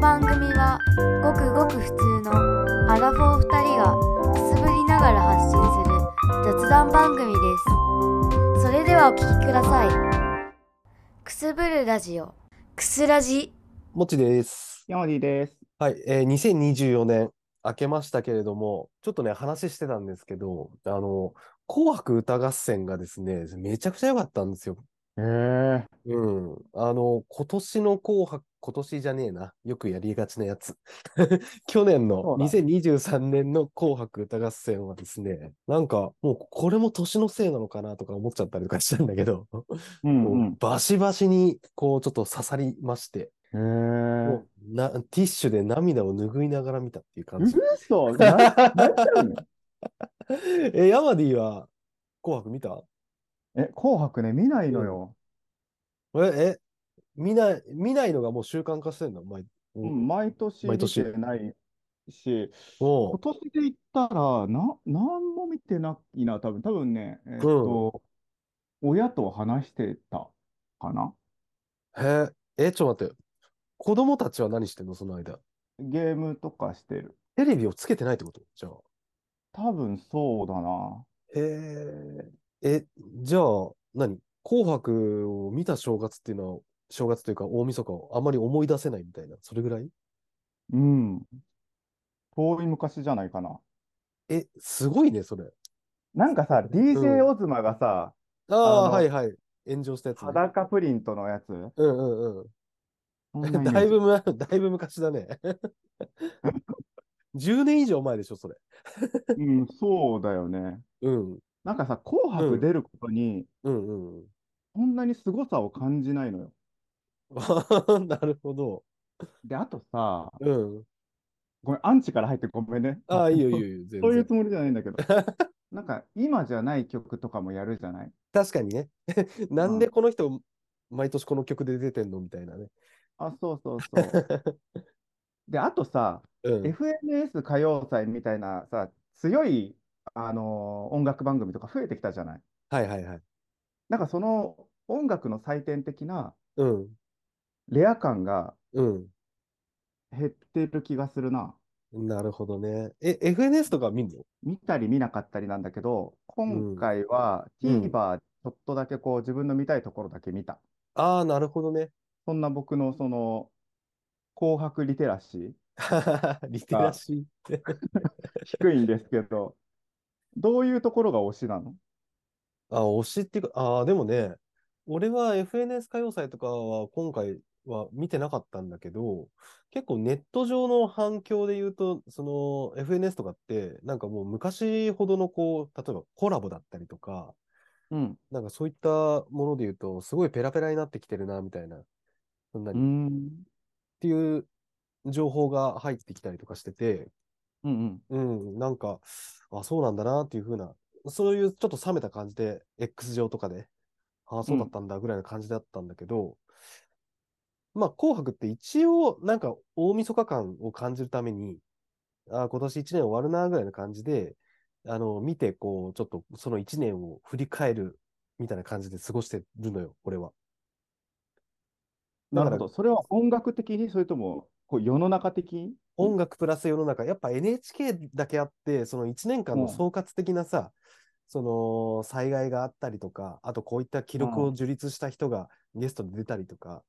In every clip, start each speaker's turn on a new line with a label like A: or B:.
A: 番組はごくごく普通のアラフォー2人がくすぶりながら発信する雑談番組ですそれではお聴きくださいくすぶるラジオくすラジ
B: もっちです。
C: ヤモディです。
B: はい、えー、2024年明けましたけれども、ちょっとね、話してたんですけど、あの、紅白歌合戦がですね、めちゃくちゃ良かったんですよ。
C: ええ
B: うん。あの、今年の紅白、今年じゃねえな。よくやりがちなやつ。 去年
C: そ
B: の
C: うだ
B: 2023年の紅白歌合戦はですね、なんかもうこれも年のせいなのかなとか思っちゃったりとかしたんだけど、
C: うんう。
B: もうんバシバシにこうちょっと刺さりまして、
C: ええ
B: もうなティッシュで涙を拭いながら見たっていう感じ。
C: 嘘な泣いちゃうの
B: え、ヤマディは紅白見た
C: え、紅白ね、見ないのよ。
B: え、え、見ない、見ないのがもう習慣化してんの毎、う
C: うん、毎年
B: 毎
C: 見
B: 年
C: てないし、
B: お
C: 今
B: う
C: 年で言ったら、な、何も見てないな、多分、多分ね、えっと、親と話してたかな。
B: へえ、え、ちょっと待って。子供たちは何してんのその間。
C: ゲームとかしてる。
B: テレビをつけてないってことじゃあ。
C: 多分そうだな。
B: へえ。え、じゃあ、何紅白を見た正月っていうのは、正月というか大晦日をあまり思い出せないみたいな、それぐらい
C: うん。遠い昔じゃないかな。
B: え、すごいね、それ。
C: なんかさ、
B: う
C: DJ
B: ん
C: オズマがさ、
B: ああ、
C: あの
B: はいはい。炎上したやつね。
C: 裸プリントのやつ、
B: うんうんうん。
C: そんなイメージ
B: だいぶむ、だいぶ昔だね。10年以上前でしょ、それ。
C: うん、そうだよね。
B: うん。
C: なんかさ、紅
B: うん
C: 白出ることに、
B: うんうんうん。
C: こんなに凄さを感じないのよ。
B: なるほど。
C: で、あとさ、
B: うん。
C: ごめん、アンチから入ってごめんね。
B: ああ、 いいよいいよいいよ、全
C: そういう
B: 然
C: つ。もりじゃないんだけど。なんか、今じゃない曲とかもやるじゃない
B: 確かにね。 なんでこの人、毎年この曲で出てんのみたいなね。
C: あ、そうそうそう。 で、あとさ、
B: うん。
C: FNS 歌謡祭みたいなさ、強い、あのー音楽番組とか増えてきたじゃない
B: はいはいはい。
C: なんかその音楽の祭典的な
B: うん。
C: レア感が
B: うん。
C: 減ってる気がするな。
B: なるほどね。え、FNS とか見んの
C: 見たり見なかったりなんだけど、今回は
B: うん
C: TVer ちょっとだけこう自分の見たいところだけ見た。
B: ああ、なるほどね。
C: そんな僕のその紅白リテラシー
B: リテラシーって。
C: 低いんですけど、どういうところが推しなの
B: あ、推しっていうか、ああ、でもね、俺は FNS 歌謡祭とかは今回は見てなかったんだけど、結構ネット上の反響で言うと、その FNS とかって、なんかもう昔ほどのこう、例えばコラボだったりとか、
C: うん。
B: なんかそういったもので言うと、すごいペラペラになってきてるな、みたいな、そんな
C: うー
B: にっ
C: ん。
B: ていう情報が入ってきたりとかしてて、
C: うんうん。
B: うん、なんか、あ、そうなんだなっていうふうな、そういうちょっと冷めた感じで、X 上とかで、ああ、そうだったんだぐらいの感じだったんだけど、まあ、紅白って一応、なんか、大晦日感を感じるために、ああ、今年一年終わるなぐらいの感じで、あの、見て、こう、ちょっとその一年を振り返るみたいな感じで過ごしてるのよ、俺は。だ
C: なる
B: から
C: ほど。それは音楽的に、それともこう世の中的に
B: 音楽プラス世の中、やっぱ NHK だけあって、その1年間の
C: うん
B: 総括的なさ、その災害があったりとか、あとこういった記録
C: う
B: を
C: ん
B: 樹立した人がゲストで出たりとか、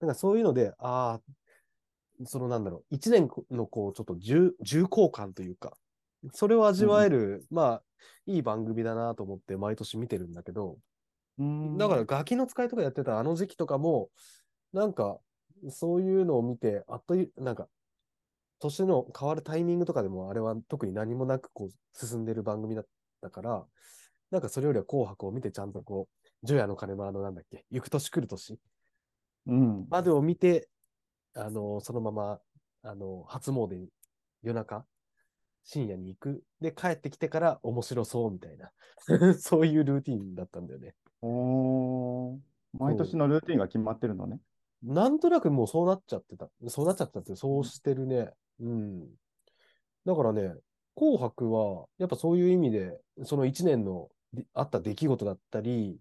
B: なんかそういうので、ああ、そのなんだろう、1年のこう、ちょっと重重厚感というか、それを味わえる、まあ、いい番組だなと思って毎年見てるんだけど、
C: うーん
B: だから、ガキの使いとかやってたあの時期とかも、なんか、そういうのを見て、あっという、なんか、年の変わるタイミングとかでも、あれは特に何もなくこう、進んでる番組だったから、なんかそれよりは紅白を見て、ちゃんとこう、除夜の鐘のあの、なんだっけ、行く年来る年
C: うん。
B: までを見て、あの、そのまま、あの、初詣に、夜中、深夜に行く。で、帰ってきてから面白そうみたいな、 そういうルーティンだったんだよね。
C: おー毎年のルーティンが決まってるのね。
B: なんとなくもうそうなっちゃってた。そうなっちゃったって、そうしてるね。うん。だからね、紅白は、やっぱそういう意味で、その一年のであった出来事だったり、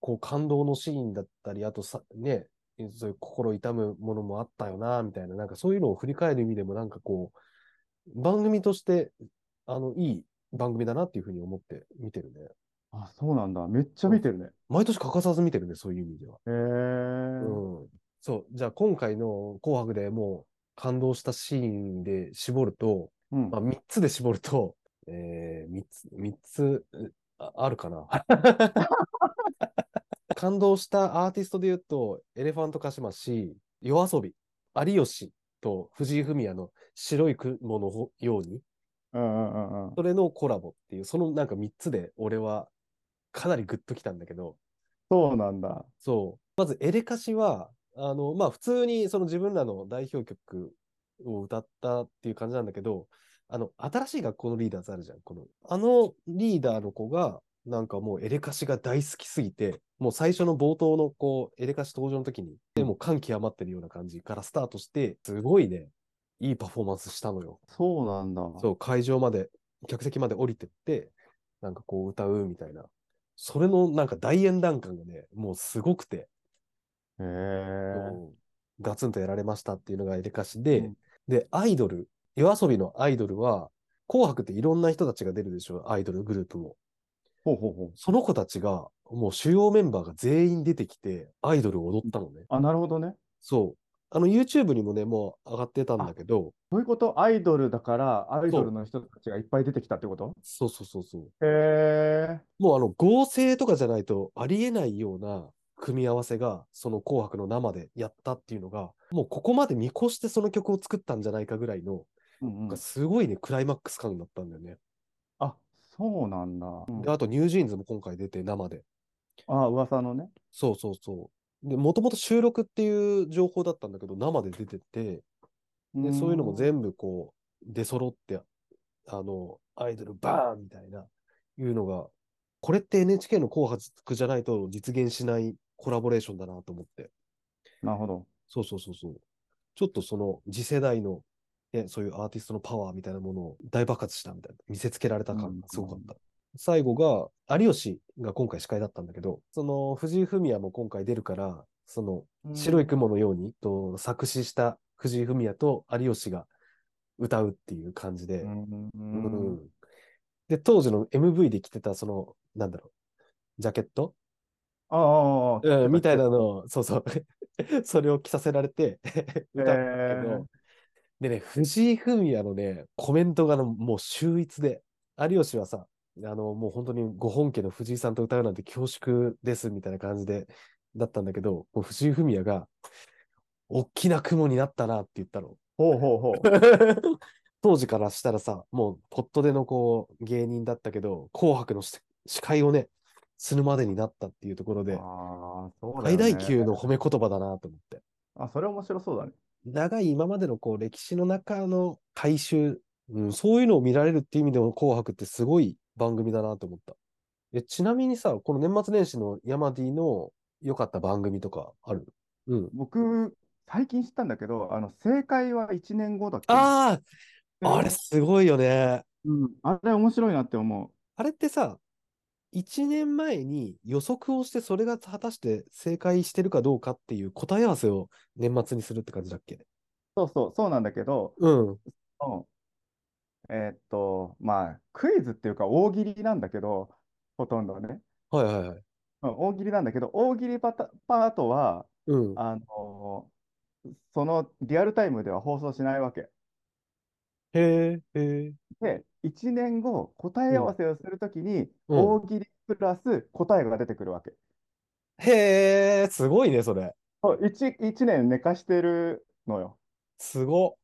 B: こう感動のシーンだったり、あとさ、ね、そういう心痛むものもあったよな、みたいな、なんかそういうのを振り返る意味でも、なんかこう、番組として、あの、いい番組だなっていうふうに思って見てるね。
C: あ、そうなんだ。めっちゃ見てるね。
B: 毎年欠かさず見てるね、そういう意味では。
C: へえ。
B: うん。そう。じゃあ今回の紅白でもう感動したシーンで絞ると、
C: うん
B: まあ、3つで絞ると、えー、3つ、三つうあ、あるかな。 感動したアーティストで言うと、エレファントカシマシ、夜遊び、有吉と藤井フミヤの白い雲のほように、
C: うんうんうんうん。
B: それのコラボっていう、そのなんか3つで俺はかなりグッときたんだけど、
C: そうなんだ。
B: そう。まず、エレカシは、あの、まあ、普通にその自分らの代表曲を歌ったっていう感じなんだけど、あの、新しい学校のリーダーズあるじゃん、この。あのリーダーの子が、なんかもうエレカシが大好きすぎて、もう最初の冒頭のこう、エレカシ登場の時に、でもう感極まってるような感じからスタートして、すごいね、いいパフォーマンスしたのよ。
C: そうなんだ。
B: そう、会場まで、客席まで降りてって、なんかこう歌うみたいな。それのなんか大演談感がね、もうすごくて、
C: へえ。
B: うんガツンとやられましたっていうのがエレカシで、
C: うん
B: で、アイドル、夜遊びのアイドルは、紅白っていろんな人たちが出るでしょ、アイドルグループも。
C: ほうほうほう。
B: その子たちが、もう主要メンバーが全員出てきて、アイドルを踊ったのね。
C: あ、なるほどね。
B: そう。あの、YouTube にもね、もう上がってたんだけど、
C: そういうこと、アイドルだから、アイドルの人たちがいっぱい出てきたってこと
B: そうそうそうそう。
C: へえ。
B: もうあの、合成とかじゃないとありえないような組み合わせが、その紅白の生でやったっていうのが、もうここまで見越してその曲を作ったんじゃないかぐらいの、
C: うんう
B: なん
C: ん
B: か。すごいね、クライマックス感だったんだよね。
C: あ、そうなんだ。
B: で、あとニュージーンズも今回出て生で。
C: あ、噂のね。
B: そうそうそう。で、もともと収録っていう情報だったんだけど、生で出てて、で、そういうのも
C: 部。
B: 全部こう、出揃って、あの、アイドルバーンみたいな、いうのが、これって NHK の紅白じゃないと実現しないコラボレーションだなと思って。
C: なるほど。
B: そうそうそうそう。ちょっとその次世代の、ね、そういうアーティストのパワーみたいなものを大爆発したみたいな、見せつけられた感がすごかった。最後が、有吉が今回司会だったんだけど、その藤井フミヤも今回出るから、その白い雲のように、と作詞した藤井フミヤと有吉が歌うっていう感じで、
C: うんう
B: うん
C: んうん。
B: で、当時の MV で着てた、その、なんだろう、ジャケット
C: ああああ、
B: うん、みたいなのを、そう そう。それを着させられて歌うんだけど、でね、藤井フミヤのね、コメントがのもう秀逸で、有吉はさ、あの、もう本当にご本家の藤井さんと歌うなんて恐縮ですみたいな感じで、だったんだけど、もう藤井フミヤが、大きな雲になったなって言ったの。
C: ほうほうほう。
B: 当時からしたらさ、もうポットでのこう、芸人だったけど、紅白のし司会をね、するまでになったっていうところで、
C: ああ、そうだ
B: 最
C: よ
B: 大
C: ね
B: 級の褒め言葉だなと思って。
C: あ、それ面白そうだね。
B: 長い今までのこう歴史の中の回収、うん、そういうのを見られるっていう意味でも紅白ってすごい番組だなと思った。えちなみにさ、この年末年始のヤマディの良かった番組とかあるうん。
C: 僕、最近知ったんだけど、あの、正解は1年後だっけ
B: あ
C: うん
B: ああれすごいよね。
C: うん、あれ面白いなって思
B: あれってさ、1年前に予測をしてそれが果たして正解してるかどうかっていう答え合わせを年末にするって感じだっけ
C: う。そうそう、そうなんだけど、
B: うん。
C: うんえーっと、まあ、クイズっていうか大喜利なんだけど、ほとんどね。
B: はいはいはい。
C: うん大喜利なんだけど、大喜利パタ、パートは、
B: うん。
C: あのそのリアルタイムでは放送しないわけ。
B: へえ、へえ。
C: で、1年後、答え合わせをするときに、
B: うん
C: 大喜利プラス答えが出てくるわけ。
B: へえ、すごいね、それ。
C: そう、1、1年寝かしてるのよ。
B: すご。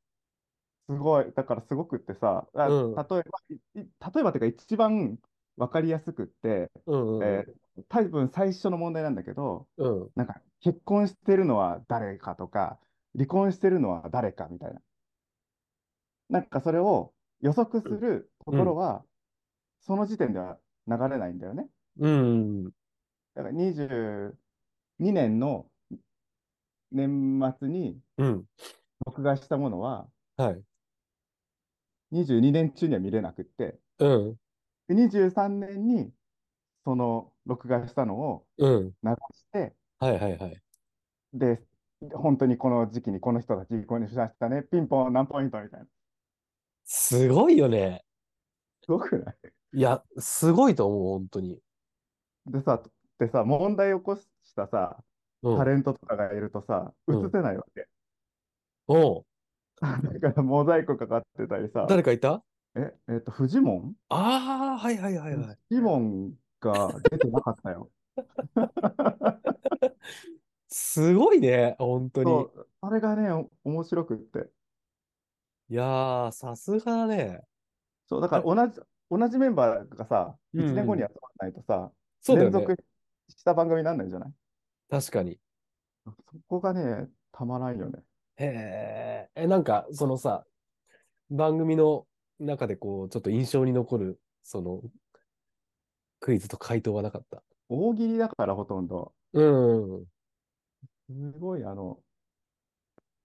C: すごい。だからすごくってさ、あ
B: うん
C: 例えば、いい例えばっていうか一番わかりやすくって、
B: うんうん
C: えー多分最初の問題なんだけど、
B: うん。
C: なんか結婚してるのは誰かとか、離婚してるのは誰かみたいな。なんかそれを予測するところは、その時点では流れないんだよね。
B: うん。
C: だから22年の年末に
B: うん。
C: 録画したものは、
B: はい。
C: 22年中には見れなくって、
B: うん。
C: 23年にその録画したのを
B: うん。
C: 流して、
B: はいはいはい。
C: で、本当にこの時期にこの人たち離婚にしましたね、ピンポン何ポイントみたいな。
B: すごいよね。
C: すごくない
B: いや、すごいと思う、本当に。
C: でさ、でさ、問題起こしたさ、
B: うん
C: タレントとかがいるとさ、映
B: うん
C: せないわけ。
B: おう
C: だからモザイクかかってたりさ、
B: 誰かいた
C: え、えっと、フジモン
B: ああ、はいはいはいはい。
C: フジモンが出てなかっ たよ。
B: すごいね、本当に。
C: そう、あれがね、お面白くって。
B: いやー、さすがだね。
C: そう、だから同じ、同じメンバーがさ、
B: うんうん
C: 1年後に集まらないとさ、
B: そうだよ
C: 連
B: ね。
C: 続した番組にならないじゃない
B: 確かに。
C: そこがね、たまらんよね。
B: へえ、え、なんか、そのさ、番組の中でこう、ちょっと印象に残る、その、クイズと回答はなかった。
C: 大喜利だからほとんど。
B: うん うん。
C: すごい、あの、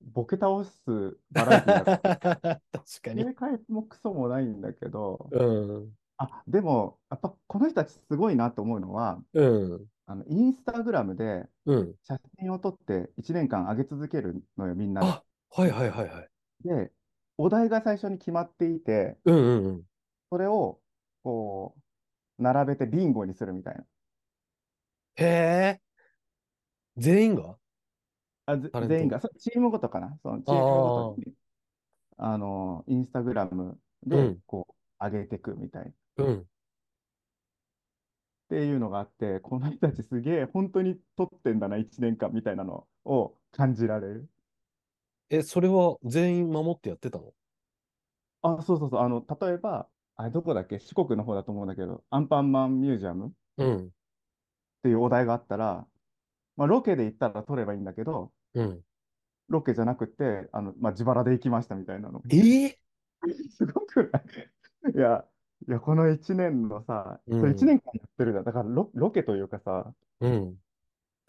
C: ボケ倒すバラエティーだ から
B: 確かに。
C: 正解もクソもないんだけど、
B: うん。
C: あ、でも、やっぱこの人たちすごいなと思うのは、
B: うん。
C: あの、インスタグラムで
B: うん。
C: 写真を撮って1年間上げ続けるのよ、みんな
B: あ、はいはいはいはい。
C: で。で、お題が最初に決まっていて、
B: うんうんうん。
C: それを、こう、並べてビンゴにするみたいな。
B: へえ。全員が
C: あ、ぜ
B: タレント
C: 全員が、そうチームごとかな。そのチームごとに、あの、インスタグラム
B: う
C: で
B: ん、
C: こう、上げてくみたいな。っ
B: うん。
C: ていうのがあって、この人たちすげえ、本当に撮ってんだな、1年間みたいなのを感じられる。
B: え、それは全員守ってやってたの
C: あ、そうそうそう。あの、例えば、あれ、どこだっけ四国の方だと思うんだけど、アンパンマンミュージアムっ
B: うん。
C: ていうお題があったら、まあ、ロケで行ったら撮ればいいんだけど、
B: うん。
C: ロケじゃなくて、あの、まあ、自腹で行きましたみたいなの。
B: ええ
C: すごくない いや、いや、この1年のさ、
B: うん
C: それ1年間やってるんだ。だからロ、ロケというかさ、
B: うん。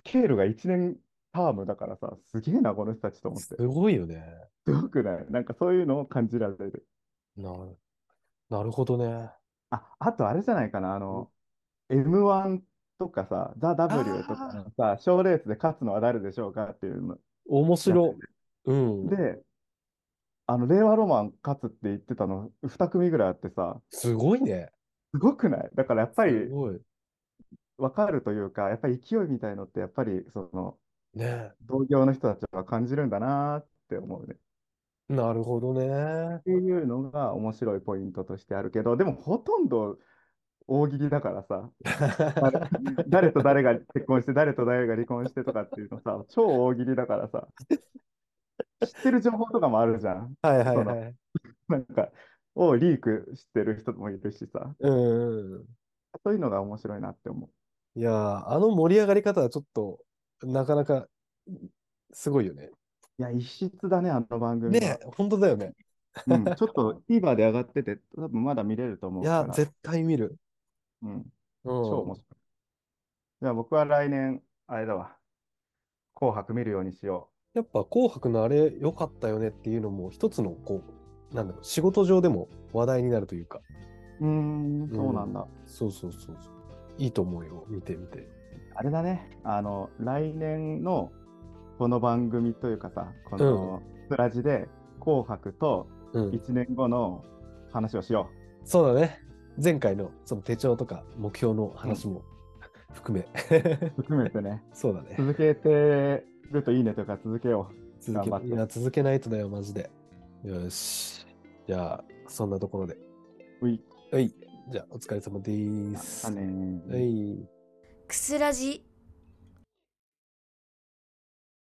C: スケールが1年タームだからさ、すげえな、この人たちと思って
B: す。ごいよね。
C: すごくないなんかそういうのを感じられる。
B: なる、なるほどね。
C: あ、あとあれじゃないかな、あの、M1 とかさ、ザ・ W とかのさ、賞レースで勝つのは誰でしょうかっていうの。
B: 面白。うん。
C: で、あの、令和ロマン勝つって言ってたの、2組ぐらいあってさ、
B: すごいね。
C: すごくないだからやっぱり、
B: すごい。
C: わかるというか、やっぱり勢いみたいのって、やっぱりその
B: ね。
C: 同業の人たちは感じるんだなーって思うね。っ
B: なるほど ね。
C: ていうのが面白いポイントとしてあるけど、でもほとんど大喜利だからさ、誰誰と誰が結婚して、誰と誰が離婚してとかっていうのさ、超大喜利だからさ、知ってる情報とかもあるじゃん。
B: はいはいはい。
C: なんか、をリークしてる人もいるしさ、
B: うんうん。
C: そういうのが面白いなって思う。
B: いやー、あの盛り上がり方はちょっと、なかなか、すごいよね。
C: いや、異質だね、あの番組は。
B: ね、本当だよね。
C: うん、ちょっと TVer で上がってて、多分まだ見れると思う
B: い
C: か
B: や
C: ら。、
B: 絶対見る。
C: うん、
B: うん。
C: 超面白い。じゃあ僕は来年、あれだわ。紅白見るようにしよ
B: やっぱ紅白のあれ良かったよねっていうのも一つのこう、なんだろう、仕事上でも話題になるというか、
C: う。うーん、そうなんだ。
B: そうそうそうそう。いいと思うよ、見てみて。
C: あれだね。あの、来年のこの番組というかさ、このスラジで紅白と
B: うん。
C: 1年後の話をしよ
B: そうだね。前回のその手帳とか目標の話も 含め。
C: う。含めてね、
B: そうだね。
C: 続けてるといいねというか続けよう。
B: 続け
C: 頑張って
B: いや続けないとだよ、マジで。よし。じゃあ、そんなところで。
C: うい、
B: はい。じゃあ、お疲れ様でーす。
C: あねー
B: はい。
A: くすらじ